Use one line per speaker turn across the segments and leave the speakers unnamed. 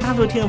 大陆听众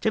这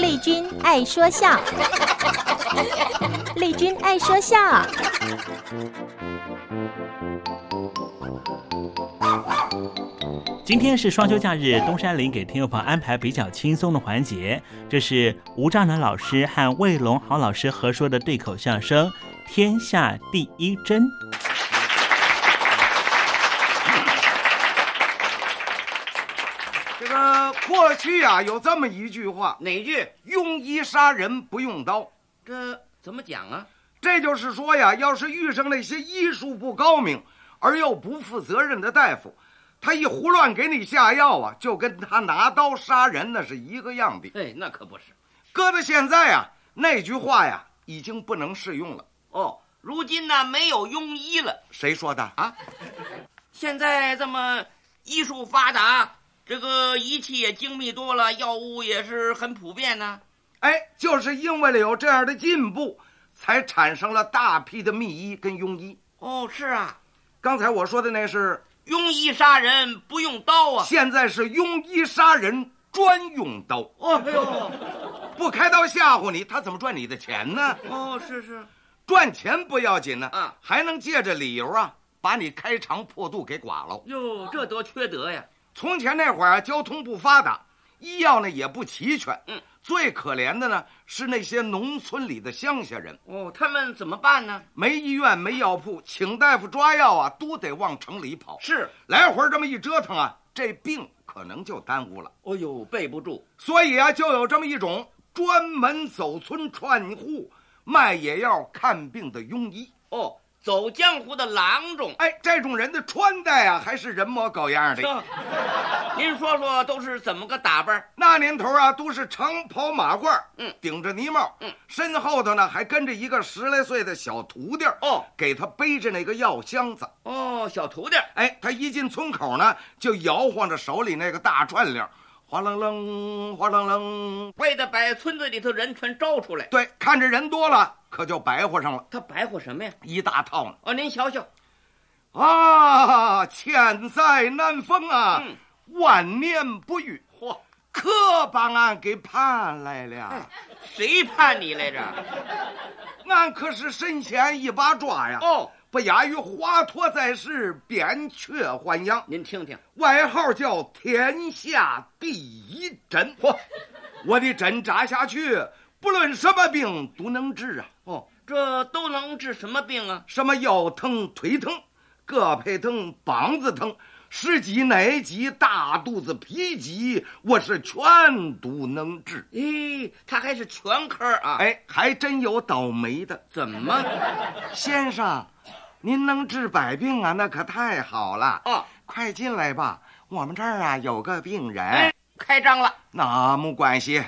丽君爱说 笑，丽君爱说笑。
今天是双休假日，东山林给听友朋友安排比较轻松的环节，这是吴兆南老师和魏龙豪老师合说的对口相声《天下第一针》。
这个过去啊，有这么一句话，哪句？用医杀人不用刀。
这怎么讲啊？
这就是说呀，要是遇上那些医术不高明而又不负责任的大夫，他一胡乱给你下药啊，就跟他拿刀杀人那是一个样的。
哎，那可不是。
搁到现在啊，那句话呀已经不能适用了。
哦，如今呢，没有庸医了。
谁说的啊？
现在这么医术发达。这个仪器也精密多了，药物也是很普遍呢、
哎，就是因为了有这样的进步，才产生了大批的秘医跟庸医。
哦，是啊，
刚才我说的那是，
庸医杀人不用刀啊。
现在是庸医杀人专用刀，
哦，哎呦，
不开刀吓唬你，他怎么赚你的钱呢？
哦，是是，
赚钱不要紧呢，
啊
还能借着理由啊，把你开肠破肚给剐了。
哟，这多缺德呀！
从前那会儿啊，交通不发达，医药呢也不齐全。
嗯，
最可怜的呢是那些农村里的乡下人，
哦，他们怎么办呢？
没医院，没药铺，请大夫抓药啊，都得往城里跑。
是，
来回这么一折腾啊，这病可能就耽误了。
哦呦，备不住。
所以啊，就有这么一种专门走村串户、卖野药、看病的庸医。
哦，走江湖的郎中，
哎，这种人的穿戴啊，还是人模狗样的。
您说说都是怎么个打扮？
那年头啊，都是长袍马褂，
嗯，
顶着泥帽，
嗯，
身后头呢还跟着一个十来岁的小徒弟，
哦，
给他背着那个药箱子。
哦，小徒弟，
哎，他一进村口呢，就摇晃着手里那个大串铃，哗楞楞，哗楞楞。
为的把村子里头人全招出来，
对，看着人多了，可就白活上了，
他白活什么呀？
一大套呢。
哦，您瞧瞧，
啊，千载难逢啊，
嗯
万年不遇，
嚯，哎
可把俺给盼来了。
谁盼你来着？
俺可是身先一把抓呀！
哦，
不亚于华佗在世，扁鹊还阳，
您听听，
外号叫天下第一针。嚯，我的针扎下去，不论什么病都能治啊！
哦，这都能治什么病啊？
什么腰疼、腿疼、胳膊疼、膀子疼、十几奶疾、大肚子脾疾，我是全都能治。
咦，他还是全科啊？，
哎，还真有倒霉的。
怎 么？
先生，您能治百病啊，那可太好了。
哦，
快进来吧，我们这儿啊有个病人。
哎，开张了。
那没关系，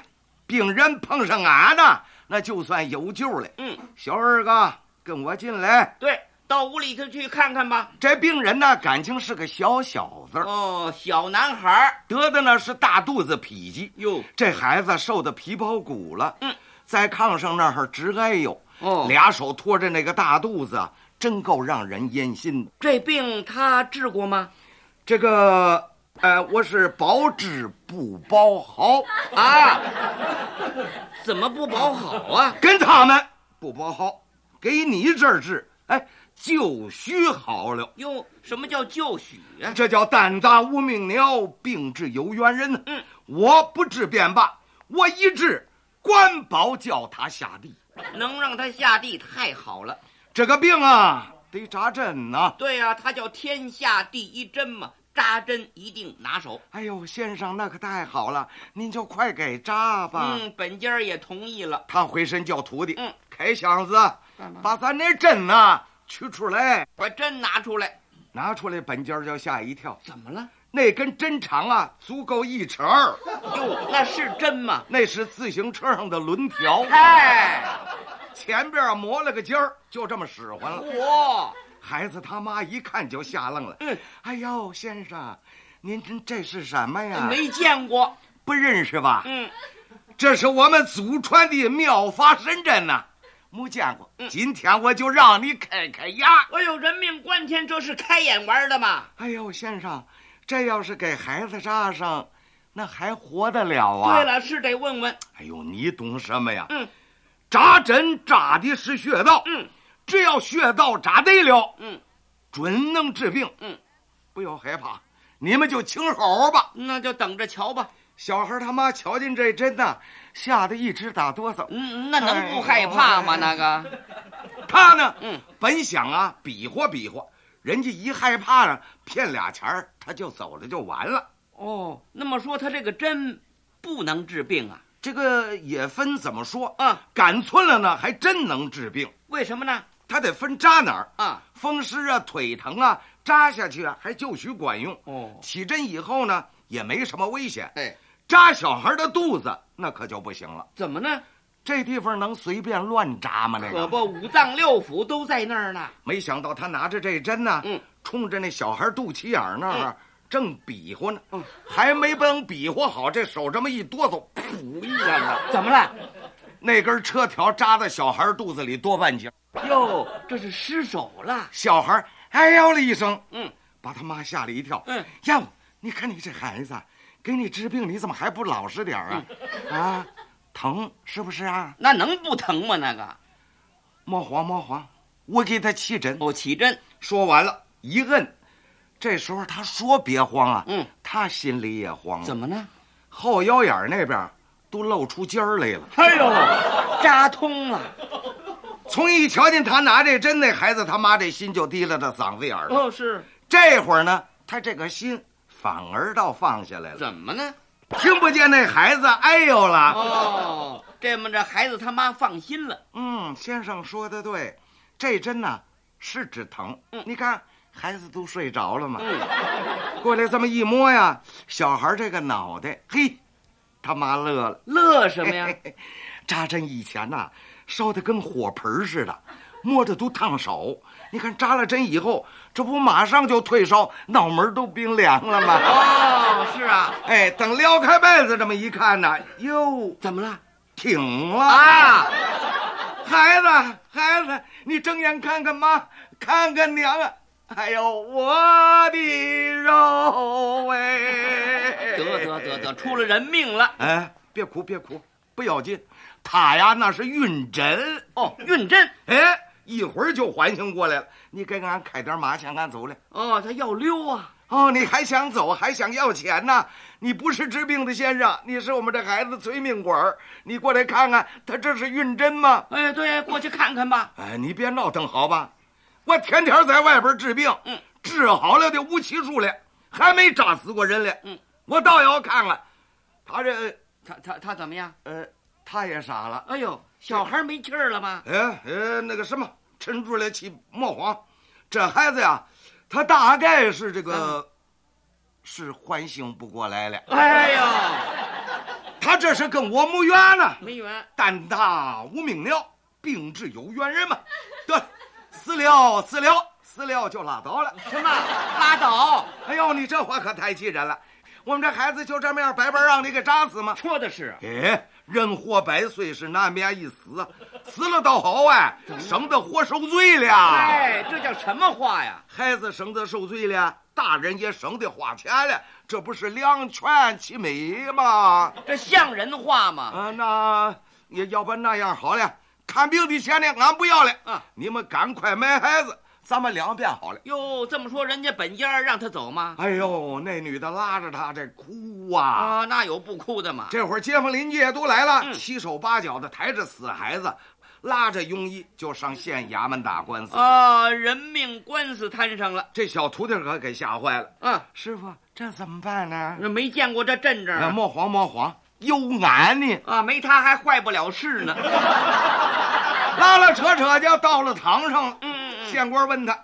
病人碰上俺呢，那就算有救了。
嗯，
小二哥，跟我进来。
对，到屋里头去看看吧。
这病人呢，感情是个小小子
哦，小男孩
得的呢是大肚子痞疾
哟。
这孩子瘦的皮包骨了，
嗯，
在炕上那儿直哎呦，
哦
俩手托着那个大肚子啊，真够让人烟心的。
这病他治过吗？
这个，呃，我是包治不包好
啊？怎么不包好啊？
跟他们不包好，给你这儿治，哎，就须好了。
哟，什么叫就许啊？
这叫胆大无命鸟，病治有缘人呢。
嗯，
我不治便罢，我一治，官保叫他下地。
能让他下地太好了。
这个病啊，得扎针呐、
对呀、他叫天下第一针嘛，扎针一定拿手。
哎呦，先生，那可太好了，您就快给扎吧。
嗯，本家儿也同意了。
他回身叫徒弟，
嗯，
开箱子，
干嘛
把咱那针呐、取出来，
把针拿出来，
拿出来，本家儿就吓一跳，
怎么了？
那根针长啊，足够一尺儿，
哟，那是针吗？
那是自行车上的轮条，
哎，
前边儿磨了个尖儿，就这么使唤了。
我
孩子他妈一看就吓愣了，
嗯，
哎呦，先生，您这这是什么呀？
没见过。
不认识吧？
嗯，
这是我们祖传的妙法神针呐、没见过。
嗯
今天我就让你开开眼。
哎呦，人命关天，这是开眼玩的吗？
哎呦，先生，这要是给孩子扎上，那还活得了啊？
对，了，是得问问。
哎呦，你懂什么呀？
嗯，
扎针扎的是穴道，
嗯，
只要穴道扎对了，
嗯，
准能治病。
嗯，
不要害怕，你们就听好吧。
那就等着瞧吧。
小孩他妈瞧见这针呐、吓得一直打哆嗦。
嗯，那能不害怕吗？
哎
那个，
他呢，
嗯，
本想啊比划比划，人家一害怕呢，骗俩钱儿他就走了，就完了。
哦，那么说他这个针不能治病啊？
这个也分怎么说
啊？
赶寸了呢，还真能治病，
为什么呢？
他得分扎哪儿。
啊，
风湿啊，腿疼啊，扎下去啊，还就许管用。
哦，
起针以后呢，也没什么危险。
哎，
扎小孩的肚子那可就不行了，
怎么呢？
这地方能随便乱扎吗？那
可
个，
不，五脏六腑都在那儿呢。
没想到他拿着这针呢，
嗯，
冲着那小孩肚脐眼儿那儿啊正比划呢，
嗯
还没等比划好，这手这么一哆嗦，噗一下子，
怎么了？
那根车条扎在小孩肚子里多半截儿，
哟，这是失手了。
小孩儿哎呦了一声，
嗯，
把他妈吓了一跳，
嗯，
呀，你看你这孩子，给你治病你怎么还不老实点儿啊？啊，疼是不是啊？
嗯那能不疼吗？那个，
莫慌莫慌，我给他起针。
哦，起针，
说完了，一摁，这时候他说别慌啊，
嗯，
他心里也慌了，
怎么呢？
后腰眼儿那边儿都露出尖儿来了。
哎呦，扎通了。
从一瞧见他拿这针，那孩子他妈这心就提了到嗓子眼儿了。
哦，是，
这会儿呢，他这个心反而倒放下来了，
怎么呢？
听不见那孩子哎呦了。
哦，这么着，孩子他妈放心了。
嗯，先生说的对，这针呢是止疼。
嗯
你看孩子都睡着了嘛， 过来这么一摸呀，小孩这个脑袋，嘿，他妈乐了。
乐什么呀？
扎针以前呐、烧的跟火盆似的，摸着都烫手。你看扎了针以后，这不马上就退烧，脑门都冰凉了吗？
哦，是啊，
哎，等撩开被子这么一看呐，哟，
怎么了？
挺了！
啊，
孩子，孩子，你睁眼看看妈，看看娘啊！哎呦，我的肉喂！
得得得得，出了人命了。
哎，别哭别哭，不要紧，他呀那是晕针
哦，运针。
哎，一会儿就缓醒过来了。你给俺开点麻钱，俺走了。
哦，他要溜啊。
哦，你还想走，还想要钱呢？你不是治病的先生，你是我们这孩子催命鬼儿。你过来看看，他这是运针吗？
哎，对，过去看看吧。
哎，你别闹腾好吧？我天天在外边治病，
嗯，
治好了的无其数了，还没扎死过人嘞。
嗯，
我倒要看看，他这
他他他怎么样？
呃，他也傻了。
哎呦，小孩没气儿了吗？
哎哎，那个什么，沉住了气，莫慌。这孩子呀，他大概是这
嗯
个，是唤醒不过来了。
哎呦，
他这是跟我没缘呢。
没缘。
胆大无命鸟，病治有缘人嘛。得了，死私了私了私了就拉倒了，行吧？
拉倒！
哎呦，你这话可太气人了。我们这孩子就这么样白白让你给扎死吗？
说的是。啊
哎，人活百岁是难免一死，死了倒好哎，省得活受罪了。
哎，这叫什么话呀？
孩子省得受罪了，大人也省得花钱了，这不是两全其美吗？
这像人话吗？
啊，那也要不那样好了，看病的钱呢，俺不要了啊，你们赶快买孩子。咱们两边好了
哟，这么说人家本家让他走吗？
哎呦，那女的拉着他这哭啊！
啊，那有不哭的吗？
这会儿街坊邻居也都来了，嗯、七手八脚的抬着死孩子，拉着庸医就上县衙门打官司
啊！人命官司摊上了，
这小徒弟可给吓坏了。
嗯、啊，
师傅，这怎么办呢？
那没见过这阵仗、啊，
莫慌莫慌，有俺呢！
啊，没他还坏不了事呢。
拉拉扯扯就到了堂上了。嗯。县官问他：“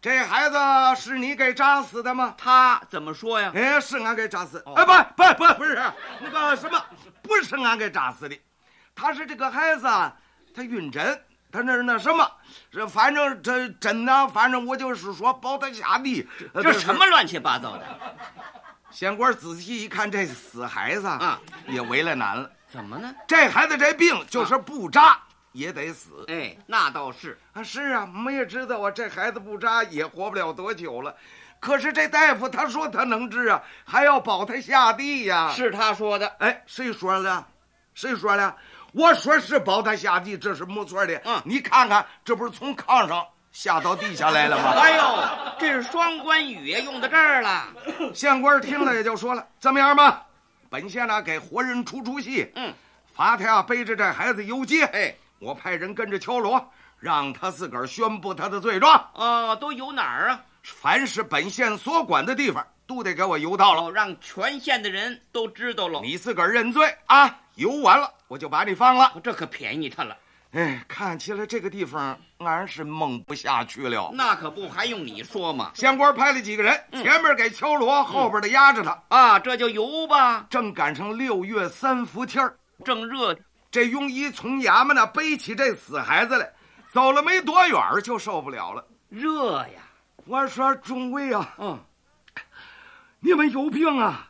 这孩子是你给扎死的吗？”
他怎么说呀？
哎，是俺给扎死。哦、哎，不不不，不是那个什么，不是俺给扎死的。他是这个孩子，啊他晕针，他那那什么，这反正这针呢，反正我就是说保他下地。呃
这什么乱七八糟的？
县官仔细一看，这死孩子
啊，
也为了难了。
怎么呢？
这孩子这病就是不扎。啊也得死，
哎，那倒是
啊，是啊，我们也知道啊，这孩子不扎也活不了多久了。可是这大夫他说他能治啊，还要保他下地呀、啊，
是他说的。
哎，谁说的？谁说的？我说是保他下地，这是没错的。
嗯，
你看看，这不是从炕上下到地下来了吗？
哎呦，这是双关语啊用到这儿了。
县官听了也就说了，这么样吧，本县呢给活人出出气，
嗯，
罚他呀背着这孩子游街，
哎。
我派人跟着敲锣，让他自个儿宣布他的罪状。
哦，都游哪儿啊？
凡是本县所管的地方，都得给我游到了、哦，
让全县的人都知道了。
你自个儿认罪啊！游完了，我就把你放了。
这可便宜他了。
哎，看起来这个地方俺是蒙不下去了。
那可不，还用你说吗？
县官派了几个人，嗯、前面给敲锣，后边的压着他、
嗯、啊，这就游吧。
正赶上六月三伏天儿，
正热。
这庸医从衙门那背起这死孩子来，走了没多远就受不了了，
热呀！
我说中尉啊，
嗯，
你们有病啊，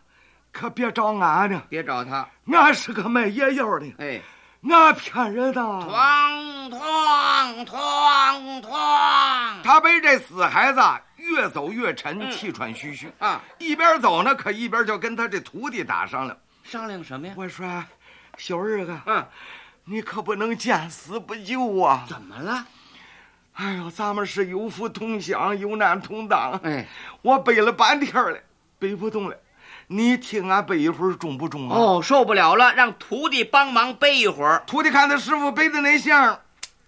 可别找俺呢，
别找他，
俺是个卖野药的，
哎，
俺骗人的。
哐哐哐哐！
他背这死孩子越走越沉，嗯、气喘吁吁
啊，
一边走呢，可一边就跟他这徒弟打商量，
商量什么呀？
我说。小日子，
嗯，
你可不能见死不救啊！
怎么了？
哎呦，咱们是有福同享，有难同当。
哎，
我背了半天了，背不动了。你听俺背一会儿中不中啊？
哦，受不了了，让徒弟帮忙背一会儿。
徒弟看他师傅背的那相，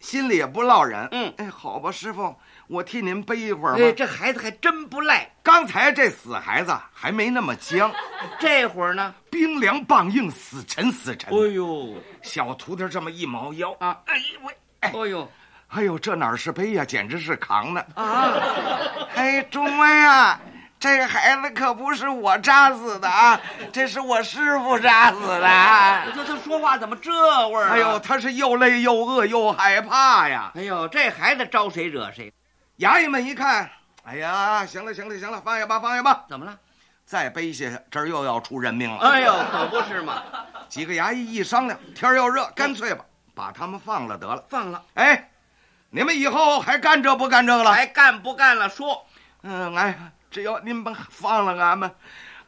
心里也不落忍。
嗯，
哎，好吧，师傅，我替您背一会儿吧。
哎，这孩子还真不赖。
刚才这死孩子还没那么僵，
这会儿呢，
冰凉棒硬，死沉死沉。
哎呦，
小徒弟这么一猫腰
啊，哎我，哎呦，
哎呦，这哪是背呀、啊，简直是扛呢
啊！
哎，中尉啊，这孩子可不是我扎死的啊，这是我师傅扎死的、啊。
哎这他说话怎么这味儿、啊？
哎呦，他是又累又饿又害怕呀！
哎呦，这孩子招谁惹谁？
衙役们一看。哎呀，行了行了行了，放下吧放下吧。
怎么了？
再背下去，这儿又要出人命了。
哎呦，可不是嘛！
几个衙役一商量，天要热，干脆吧，把他们放了得了。
放了。
哎，你们以后还干这不干这个了？
还干不干了？说。
嗯，哎，只要你们放了俺们，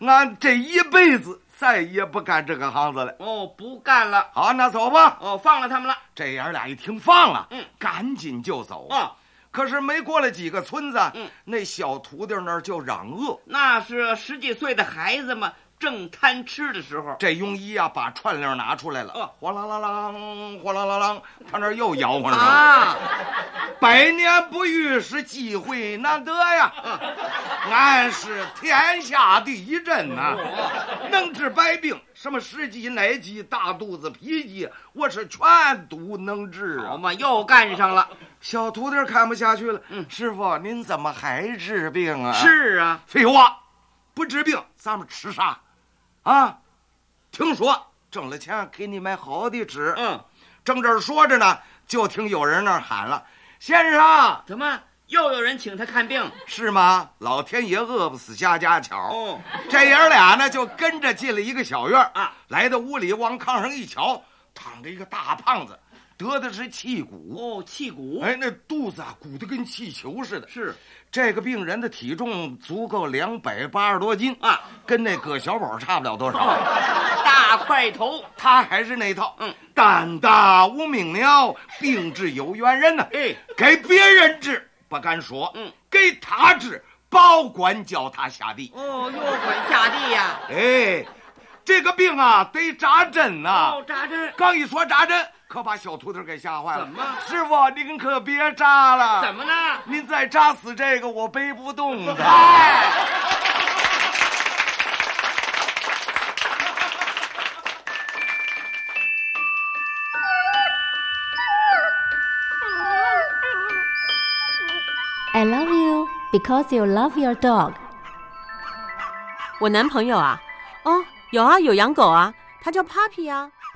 俺这一辈子再也不干这个行子了。
哦，不干了。
好，那走吧。
哦，放了他们了。
这爷俩一听放了，
嗯，
赶紧就走
啊。
可是没过了几个村子，
嗯，
那小徒弟那儿就嚷饿。
那是十几岁的孩子嘛，正贪吃的时候。
这庸医啊，把串铃拿出来了，
哦、
哗啦啦啦，哗啦啦啦，他那又摇晃上了。
啊！
百年不遇是机会难得呀，俺、嗯、是天下第一针呐、啊，
哦、
能治百病，什么湿疾、奶疾、大肚子、脾疾，我是全都能治啊。
好嘛，又干上了。
小徒弟看不下去了，
嗯，
师傅，您怎么还治病啊？
是啊，
废话，不治病咱们吃啥？啊，听说挣了钱给你买好的吃，
嗯，
正这说着呢，就听有人那喊了：“先生，
怎么又有人请他看病？
是吗？老天爷饿不死瞎家巧。哦，这爷俩呢就跟着进了一个小院啊，来到屋里往炕上一瞧，躺着一个大胖子，得的是气鼓。
哦，气鼓。
哎，那肚子啊鼓得跟气球似的。
是，
这个病人的体重足够两百八十多斤啊，跟那葛小宝差不了多少。
哦大块头，
他还是那套，嗯，胆大无命鸟，病治有缘人呢、
哎，
给别人治不敢说，
嗯，
给他治，保管叫他下地。
哦，又管下地呀、
哎，这个病啊，得扎针呐、
哦，扎针。
刚一说扎针，可把小秃头给吓坏了。
怎么
师傅，您可别扎了。
怎么呢？
您再扎死这个，我背不动啊的。
哎，
I love you because you love your dog。
我男朋友啊，哦，有啊，有养狗啊，他叫 Papi 啊。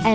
I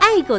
爱狗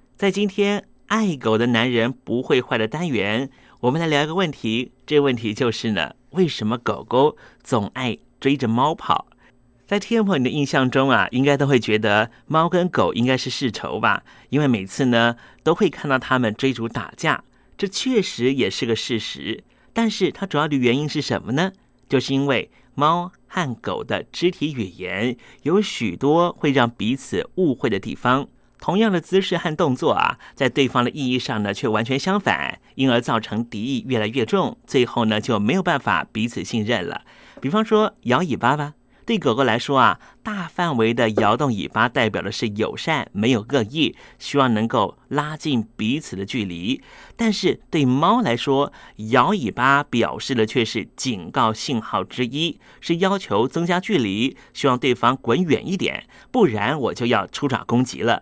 在今天“爱狗的男人不会坏”的单元，我们来聊一个问题。这个问题就是呢，为什么狗狗总爱追着猫跑？在 TM 朋友的印象中啊，应该都会觉得猫跟狗应该是世仇吧，因为每次呢都会看到它们追逐打架，这确实也是个事实。但是它主要的原因是什么呢？就是因为猫和狗的肢体语言有许多会让彼此误会的地方。同样的姿势和动作啊，在对方的意义上呢却完全相反，因而造成敌意越来越重，最后呢就没有办法彼此信任了。比方说摇尾巴吧，对狗狗来说啊，大范围的摇动尾巴代表的是友善，没有恶意，希望能够拉近彼此的距离。但是对猫来说，摇尾巴表示的却是警告信号之一，是要求增加距离，希望对方滚远一点，不然我就要出爪攻击了。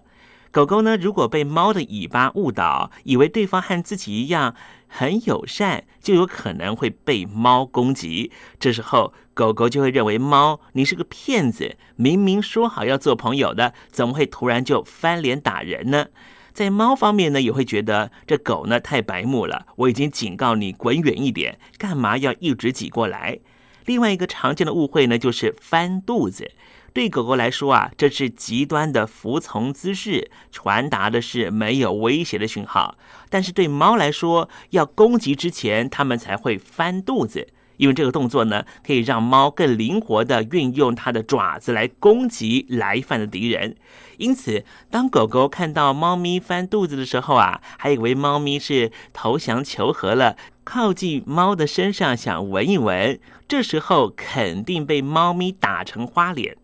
狗狗呢，如果被猫的尾巴误导，以为对方和自己一样很友善，就有可能会被猫攻击。这时候，狗狗就会认为猫你是个骗子，明明说好要做朋友的，怎么会突然就翻脸打人呢？在猫方面呢，也会觉得这狗呢太白目了，我已经警告你滚远一点，干嘛要一直挤过来？另外一个常见的误会呢，就是翻肚子。对狗狗来说啊，这是极端的服从姿势，传达的是没有威胁的讯号。但是对猫来说，要攻击之前，它们才会翻肚子，因为这个动作呢，可以让猫更灵活地运用它的爪子来攻击来犯的敌人。因此，当狗狗看到猫咪翻肚子的时候啊，还以为猫咪是投降求和了，靠近猫的身上想闻一闻，这时候肯定被猫咪打成花脸。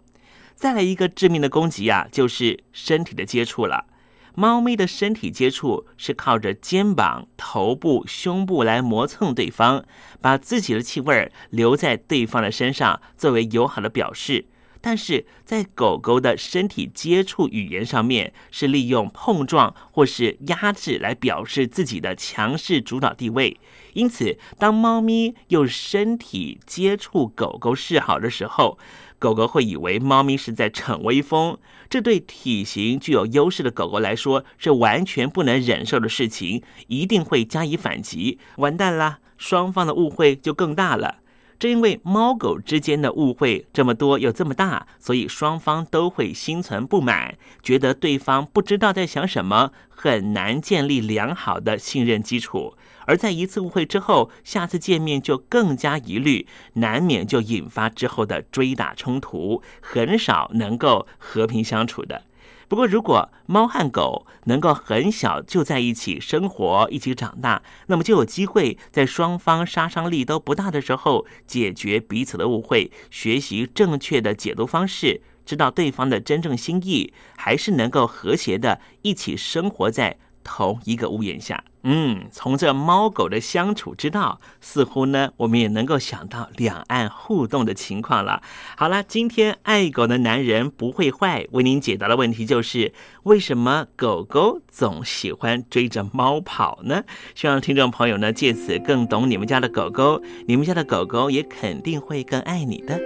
再来一个致命的攻击啊，就是身体的接触了。猫咪的身体接触是靠着肩膀、头部、胸部来磨蹭对方，把自己的气味儿留在对方的身上作为友好的表示。但是在狗狗的身体接触语言上面，是利用碰撞或是压制来表示自己的强势主导地位。因此，当猫咪用身体接触狗狗示好的时候，狗狗会以为猫咪是在逞威风，这对体型具有优势的狗狗来说是完全不能忍受的事情，一定会加以反击。完蛋啦，双方的误会就更大了。正因为猫狗之间的误会这么多又这么大，所以双方都会心存不满，觉得对方不知道在想什么，很难建立良好的信任基础。而在一次误会之后，下次见面就更加疑虑，难免就引发之后的追打冲突，很少能够和平相处的。不过，如果猫和狗能够很小就在一起生活、一起长大，那么就有机会在双方杀伤力都不大的时候，解决彼此的误会，学习正确的解读方式，知道对方的真正心意，还是能够和谐的一起生活在同一个屋檐下。嗯，从这猫狗的相处之道，似乎呢，我们也能够想到两岸互动的情况了。好了，今天爱狗的男人不会坏为您解答的问题就是：为什么狗狗总喜欢追着猫跑呢？希望听众朋友呢，借此更懂你们家的狗狗，你们家的狗狗也肯定会更爱你的。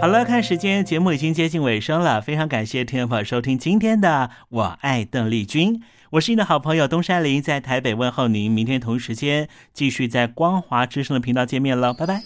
好了，看时间，节目已经接近尾声了，非常感谢听众朋友收听今天的《我爱邓丽君》，我是你的好朋友东山林，在台北问候您，明天同一时间继续在光华之声的频道见面了，拜拜。